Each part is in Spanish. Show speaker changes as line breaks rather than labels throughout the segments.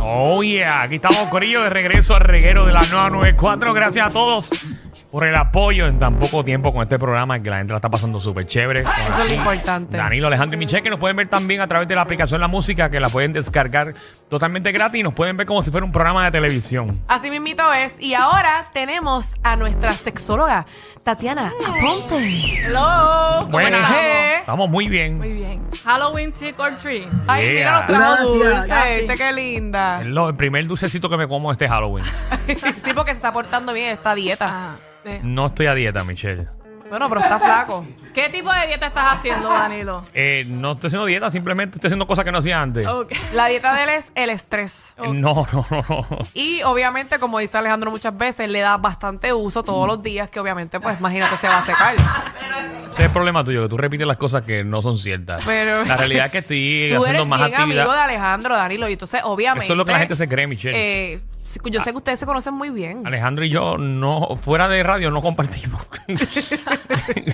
Oh yeah, aquí estamos Corillo de regreso al reguero de la 994. Gracias a todos por el apoyo en tan poco tiempo con este programa que la gente la está pasando súper chévere. Con
Eso es lo
Dani-
importante.
Danilo, Alejandro y Michelle que nos pueden ver también a través de la aplicación La Música que la pueden descargar totalmente gratis y nos pueden ver como si fuera un programa de televisión.
Así mismito es. Y ahora tenemos a nuestra sexóloga, Tatiana Aponte.
Hello. ¿Cómo
Bueno,
estamos?
eh.
Pues, Estamos muy bien.
Muy bien. Halloween trick or treat.
Ay,
Yeah.
mira, nos trajo
Gracias.
Ah,
dulce.
sí.
Este qué linda.
Es lo- el primer dulcecito que me como este Halloween.
sí, porque se está portando bien esta dieta.
Ah, eh.
No estoy a dieta, Michelle.
Bueno, pero está flaco.
Mm.
¿Qué tipo de dieta estás haciendo, Danilo?
Eh, no estoy haciendo dieta, simplemente estoy haciendo cosas que no hacía antes.
Ok.
La dieta de él es el estrés.
Eh, No, no, no. no.
Y obviamente, como dice Alejandro muchas veces, le da bastante uso todos los días, que obviamente, pues imagínate, se va a secar.
Ese es el problema tuyo, que tú repites las cosas que no son ciertas.
Pero-
la realidad es que estoy
Tú
haciendo
eres
más
bien amigo de
actividad.
Alejandro, Danilo. Y entonces, obviamente.
Eso es lo que la gente se cree, Michelle.
eh, sí, yo sé que ustedes se conocen muy bien.
Alejandro y yo no fuera de radio no compartimos.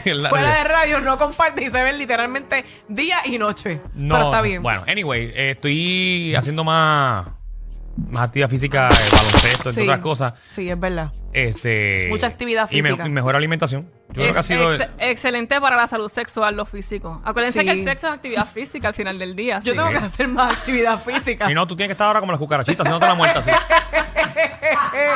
La
Fuera
realidad.
de radio no comparte y se ven literalmente día y noche.
No,
pero está bien.
Bueno, anyway, eh, estoy haciendo más más actividad física, eh, baloncesto, entre
Sí.
otras cosas.
Sí, es verdad.
Este
Mucha actividad
y me-
física.
y mejor alimentación. Yo creo que ha
Es
sido el-
ex- excelente para la salud sexual, lo físico. Acuérdense
Sí.
que el sexo es actividad física al final del día.
Yo
sí.
tengo que hacer más actividad física.
Y no, tú tienes que estar ahora como las cucarachitas, si no te la muertas. así.
Eh,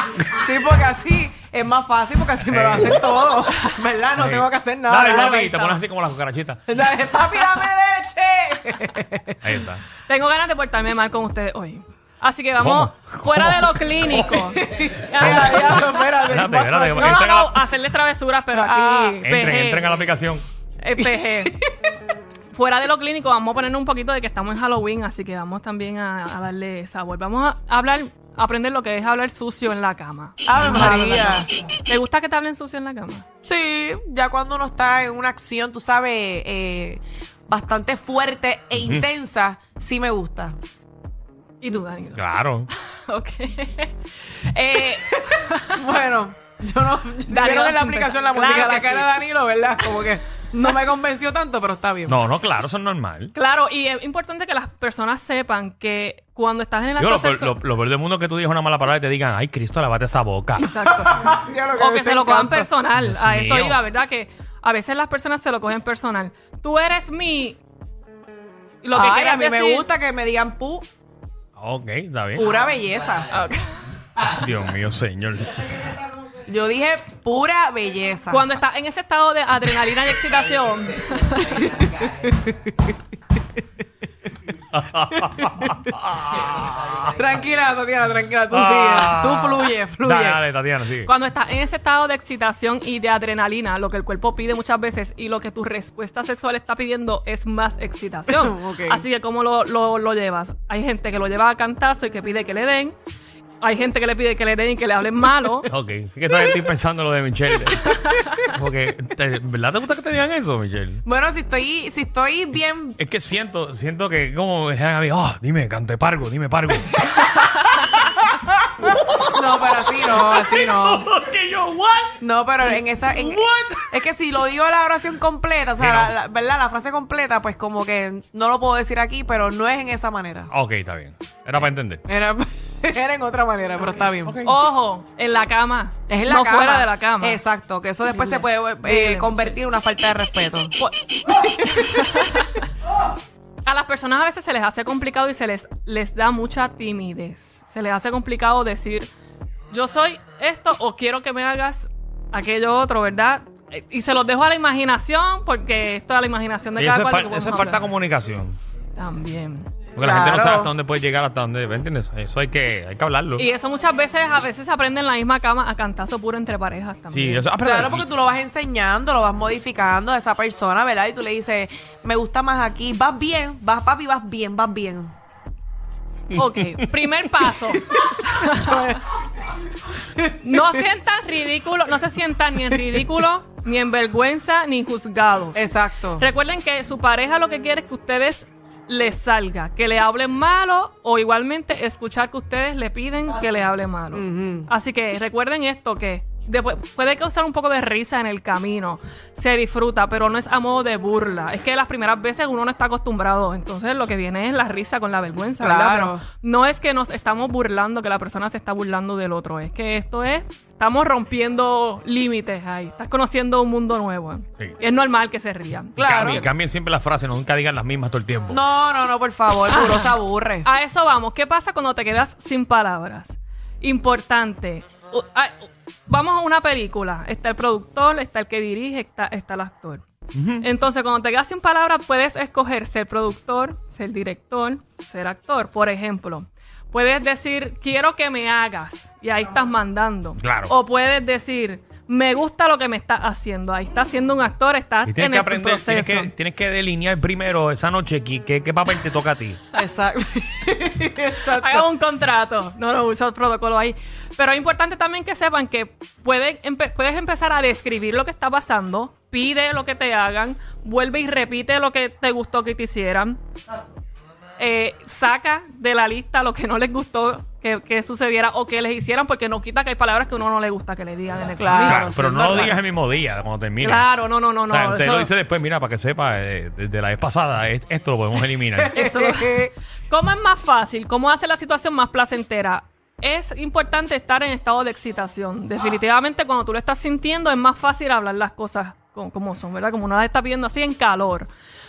Sí, porque así es más fácil, porque así me lo hacen todo. ¿Verdad? No
Eh. Sí.
tengo que hacer nada.
Eh, Dale, papi,
ahí
te
está.
pones así como las cucarachitas.
Dale, papi, dame leche.
Ahí está.
Tengo ganas de portarme mal con ustedes hoy. Así que vamos fuera de lo clínico.
Ay,
no,
diablo, espérate,
Espérate,
¿qué pasó
espérate,
aquí?
que-
no,
Entren a
no,
la-
hacerles travesuras, pero aquí.
Ah,
Entren,
PG.
entren a la aplicación.
Eh, PG. Fuera de lo clínico, vamos a poner un poquito de que estamos en Halloween, así que vamos también a, a darle sabor. Vamos a hablar, a aprender lo que es hablar sucio en la cama.
Ave María.
¿Te gusta que te hablen sucio en la cama?
Sí, ya cuando uno está en una acción, tú sabes, eh, bastante fuerte e intensa, sí me gusta.
¿Y tú, Danilo?
Claro.
Ok. Eh,
Bueno, yo no.
Danilo
Danilo en la
sin
aplicación
pensar.
la música
Claro
la
que
cara de
sí.
Danilo, ¿verdad? Como que no me convenció tanto, pero está bien.
No, no, claro, eso es normal.
claro, y es importante que las personas sepan que cuando estás en el
Yo,
acto
lo, peor,
sexual-
lo- lo peor del mundo es que tú digas una mala palabra y te digan, ay, Cristo, lavate esa boca.
o que se lo cojan personal.
Dios
a eso
mío.
iba, ¿verdad? Que a veces las personas se lo cogen personal. Tú eres mi... Lo que
Ay,
quieras
a mí me
decir-
gusta que me digan pu,
ok, está bien.
pura belleza.
Ok.
Dios mío, señor.
Yo dije pura belleza.
Cuando estás en ese estado de adrenalina y excitación,
Tranquila, Tatiana, tranquila, tú
Ah.
sigue. Tú fluye, fluye.
Dale, dale, Tatiana, sigue.
cuando estás en ese estado de excitación y de adrenalina, lo que el cuerpo pide muchas veces y lo que tu respuesta sexual está pidiendo es más excitación.
Ok.
Así que, ¿cómo lo, lo- lo llevas? Hay gente que lo lleva a cantazo y que pide que le den. Hay gente que le pide que le den y que le hablen malo.
Ok, es que todavía estoy pensando lo de Michelle. Porque, te- ¿verdad te gusta que te digan eso, Michelle?
Bueno, si estoy, si estoy bien.
Es que siento, siento que como me dejan a mí, oh, dime, cante pargo, dime pargo.
No, pero así no, así no.
que yo, what?
No, pero en esa. en-
What?
Es que si lo digo la oración completa, o sea,
Sí, no.
la- la- ¿verdad? La frase completa, pues como que no lo puedo decir aquí, pero no es en esa manera.
Ok, está bien. Era para entender.
Era, era en otra manera, pero está bien.
Ojo, en la cama.
Es en la
no
cama.
fuera de la cama.
Exacto, que eso después se puede eh,
Dile,
convertir en una falta de respeto. Pues,
Po- A las personas a veces se les hace complicado y se les, les da mucha timidez. Se les hace complicado decir, yo soy esto o quiero que me hagas aquello otro, ¿verdad? Eh, Y se los dejo a la imaginación porque esto es a la imaginación de
Y
cada
eso es,
cual.
fal-
que podemos
eso es falta de
hablar.
comunicación.
También.
Porque la gente no
Claro.
sabe hasta dónde puede llegar, hasta dónde. ¿me ¿Entiendes? Eso hay que, hay que hablarlo.
Y eso muchas veces, a veces se aprende en la misma cama a cantazo puro entre parejas
Sí,
también.
eso. Ah, pero-
Claro, porque tú lo vas enseñando, lo vas modificando a esa persona, ¿verdad? Y tú le dices, me gusta más aquí, vas bien, vas papi, vas bien, vas bien.
Ok, primer paso. no sientan ridículo, no se sientan ni en ridículo, ni en vergüenza, ni juzgados.
Exacto.
Recuerden que su pareja lo que quiere es que ustedes les salga, que le hablen malo o
Mm.
igualmente escuchar que ustedes le piden que le hable malo. Así que recuerden esto que después puede causar un poco de risa en el camino. Se disfruta, pero no es a modo de burla. Es que las primeras veces uno no está acostumbrado. Entonces lo que viene es la risa con la vergüenza. ¿verdad?
Claro.
Pero no es que nos estamos burlando, que la persona se está burlando del otro. Es que esto es. Estamos rompiendo límites ahí. Estás conociendo un mundo nuevo.
Sí.
Y es normal que se rían.
Claro.
Cambien, cambien siempre las frases, nunca digan las mismas todo el tiempo.
No, no, no, por favor, puro se aburre.
A eso vamos. ¿Qué pasa cuando te quedas sin palabras? Importante. U- ah, u- Vamos a una película. Está el productor, está el que dirige, está, está el actor. Entonces, cuando te quedas sin palabras, puedes escoger ser productor, ser director, ser actor. Por ejemplo, puedes decir, quiero que me hagas, y ahí estás mandando.
Claro.
O puedes decir, me gusta lo que me estás haciendo. Ahí estás siendo un actor, estás
Y
en
tienes que
el
aprender,
proceso.
tienes que, tienes que delinear primero esa noche qué, qué, qué papel te toca a ti.
Exacto.
Hagan
Exacto.
un contrato. No, no, muchos protocolos ahí. Pero es importante también que sepan que pueden empe- puedes empezar a describir lo que está pasando, pide lo que te hagan, vuelve y repite lo que te gustó que te hicieran. Eh, saca de la lista lo que no les gustó que, que sucediera o que les hicieran, porque no quita que hay palabras que a uno no le gusta que le digan en el
Claro,
camino.
Claro,
sí,
pero
es
no lo
verdad.
digas el mismo día cuando termine.
Claro, no, no, no,
O
no.
sea, usted
eso-
lo dice después, mira, para que sepa, eh, desde la vez pasada, es- esto lo podemos eliminar.
Eso. ¿Cómo es más fácil? ¿Cómo hace la situación más placentera? Es importante estar en estado de excitación. Definitivamente, cuando tú lo estás sintiendo, es más fácil hablar las cosas co- como son, ¿verdad? Como uno las está viendo así en calor.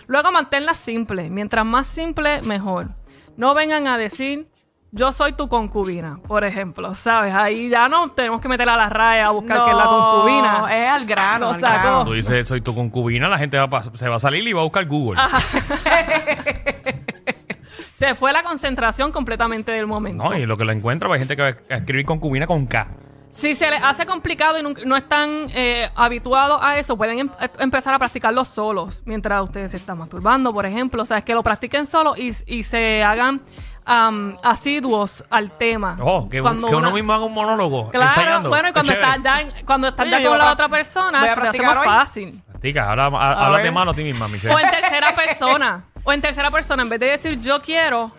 Luego, manténlas simple. Mientras más simple, mejor. No vengan a decir, yo soy tu concubina, por ejemplo, ¿sabes? Ahí ya no tenemos que meter a la raya a buscar que es la concubina.
es al grano,
Lo
al
sacó.
grano.
Tú dices, soy tu concubina, la gente va a pas- se va a salir y va a buscar Google.
Se fue la concentración completamente del momento.
No, y lo que lo encuentra, pues, hay gente que va a escribir concubina con K.
Si se les hace complicado y nunca- no están eh, habituados a eso, pueden em- eh, empezar a practicarlo solos mientras ustedes se están masturbando, por ejemplo. O sea, es que lo practiquen solos y, y se hagan am, asiduos al tema.
Oh, que,
Cuando
que uno
una-
mismo haga un monólogo.
Claro,
ensayando.
bueno, y
Qué
cuando
chévere.
estás ya, en- cuando estás
Oye,
ya
yo
con
voy
la
a
otra
pra-
persona,
voy a
se te hace
practicar
más
hoy.
fácil.
Practica, habla, ha- háblate
ver.
malo a ti misma, Michelle.
O en tercera persona. O en tercera persona, en vez de decir yo quiero,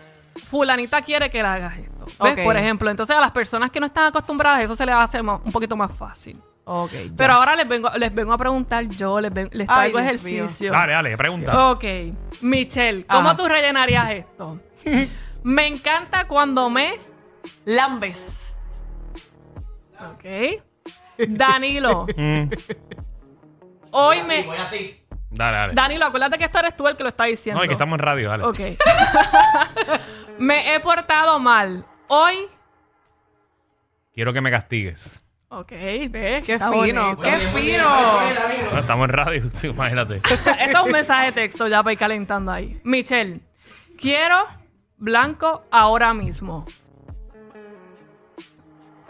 fulanita quiere que la hagas esto. ¿Ves?
Ok.
Por ejemplo, entonces a las personas que no están acostumbradas, eso se les hace mo- un poquito más fácil.
Ok, ya.
Pero ahora les vengo, les vengo a preguntar yo, les, ven- les
Ay,
traigo
Dios
ejercicio.
Dale, dale, pregunta.
Ok, Michelle, ¿cómo
Ajá.
tú rellenarías esto? me encanta cuando me...
Lambes.
Ok. Danilo,
Mm,
hoy me...
dale, dale.
Danilo, acuérdate que esto eres tú el que lo está diciendo.
No, es que estamos en radio, dale.
Ok. me he portado mal. Hoy...
Quiero que me castigues.
Ok, ves.
Qué
está
fino,
bonito.
qué fino.
No, estamos en radio, sí, imagínate.
Eso es un mensaje de texto ya para ir calentando ahí. Michelle, quiero blanco ahora mismo.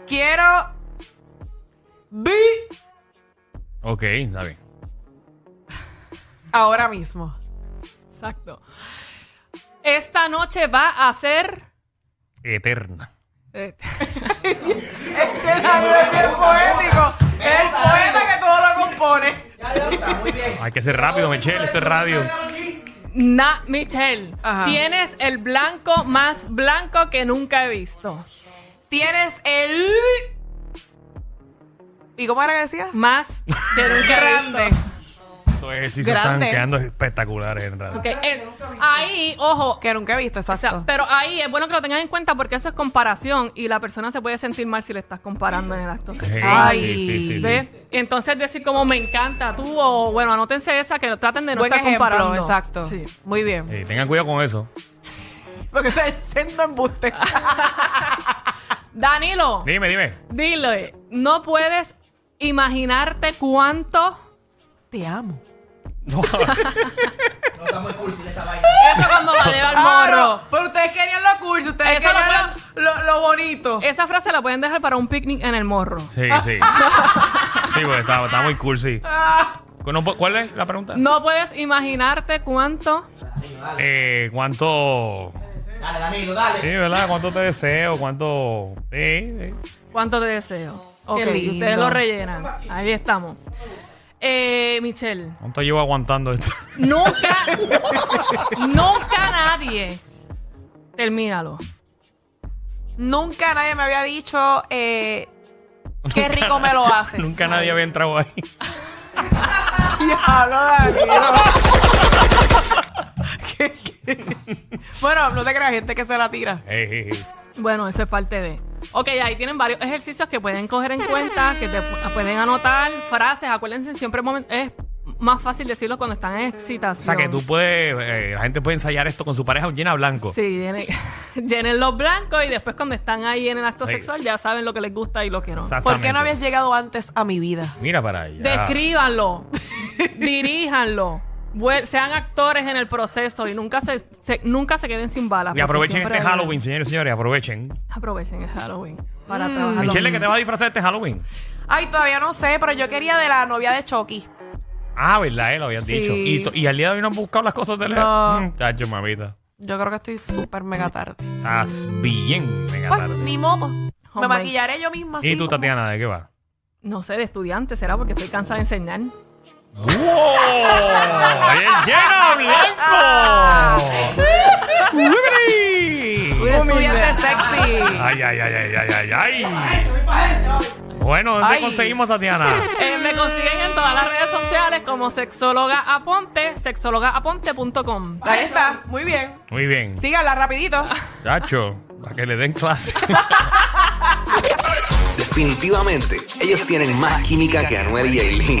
Quiero. Vi
Ok, dale.
ahora mismo.
Exacto. Esta noche va a ser. eh,
Eterna.
Este Danilo es bien poético. Es el poeta que todo lo compone.
Hay que ser rápido, Michelle, esto es radio.
Na, Michelle,
Ajá.
tienes el blanco más blanco que nunca he visto.
Tienes el. ¿Y cómo era que decía?
Más que nunca. he visto.
Grande.
Estos ejercicios
Grande.
están quedando espectaculares en radio.
Ok, eh, ahí, ojo.
Que nunca he visto,
o sea,
exacto.
pero ahí es bueno que lo tengas en cuenta porque eso es comparación y la persona se puede sentir mal si le estás comparando en el acto
Sí,
sexual.
Ay,
¿Ves? Y entonces decir como me encanta tú o bueno, anótense esa que traten de no
Buen
estar
ejemplo,
comparando.
exacto.
Sí.
Muy bien.
Eh, tengan cuidado con eso.
Porque ese es sendo embuste.
Danilo,
Dime, dime.
dile, eh, no puedes imaginarte cuánto
Te amo.
eso cuando lo lleva
Ah,
el morro.
Claro, pero ustedes querían los cursos, ustedes
Eso lo
querían lo, Eh, lo bonito.
Esa frase la pueden dejar para un picnic en el morro.
Sí, sí. Sí, pues está, está muy cool, sí. No, ¿Cuál es la pregunta?
No puedes imaginarte cuánto.
Eh, ¿Cuánto?
Dale, Danilo, dale.
Sí, ¿verdad? ¿Cuánto te deseo? ¿Cuánto? Sí, sí.
¿Cuánto te deseo? Ok,
Qué lindo.
ustedes lo rellenan. Ahí estamos. Eh, Michelle,
¿Cuánto llevo aguantando esto?
nunca, nunca nadie. Termínalo.
Nunca nadie me había dicho eh, Qué rico me lo haces.
Nunca nadie había entrado ahí.
Diablo, Danilo. ¿Qué, qué? Bueno, no te creas gente que se la tira.
Ey, ey, ey.
Bueno, eso es parte de. Ok, ahí tienen varios ejercicios que pueden coger en cuenta, que te pu- pueden anotar, frases. Acuérdense, siempre momen- es más fácil decirlo cuando están en
O sea
excitación.
que tú puedes, eh, la gente puede ensayar esto con su pareja llena blanco.
Sí, llenen, llenen los blancos y después cuando están ahí en el acto
Sí.
sexual ya saben lo que les gusta y lo que no.
¿Por
Exactamente.
qué no habías llegado antes a mi vida?
Mira para allá.
Descríbanlo, diríjanlo, vuel- sean actores en el proceso y nunca se, se- nunca se queden sin balas.
Y
porque
aprovechen
siempre
este
hay-
Halloween, señores y señores, aprovechen.
Aprovechen el Halloween para trabajar.
Michelle,
los-
que te vas a disfrazar este Halloween.
Ay, todavía no sé, pero yo quería de la novia de Chucky.
Ah, ¿verdad? Eh, lo habías
Sí.
dicho. Y, to- y al día de hoy no han buscado las cosas de la.
No.
Mm, Chacho, mamita.
Yo creo que estoy súper mega tarde.
Estás bien mega
Pues,
tarde.
ni modo.
Oh
Me
my-
maquillaré yo misma.
¿Y
así
tú,
como-
Tatiana, de qué va?
No sé, de estudiante será porque estoy cansada de enseñar.
¡Wow! ¡Es llena blanco!
Un
¡Uy!
estudiante sexy.
¡Ay, ay, ay, ay, ay, ay! ay. Bueno, ¿dónde
Ay.
conseguimos, Tatiana?
Eh, me consiguen en todas las redes sociales como sexóloga aponte, sexólogaaponte.com.
Ahí está. Muy bien.
Muy bien.
Síganla rapidito.
Chacho, para que le den clase.
Definitivamente, ellos tienen más química que Anuel y Aileen.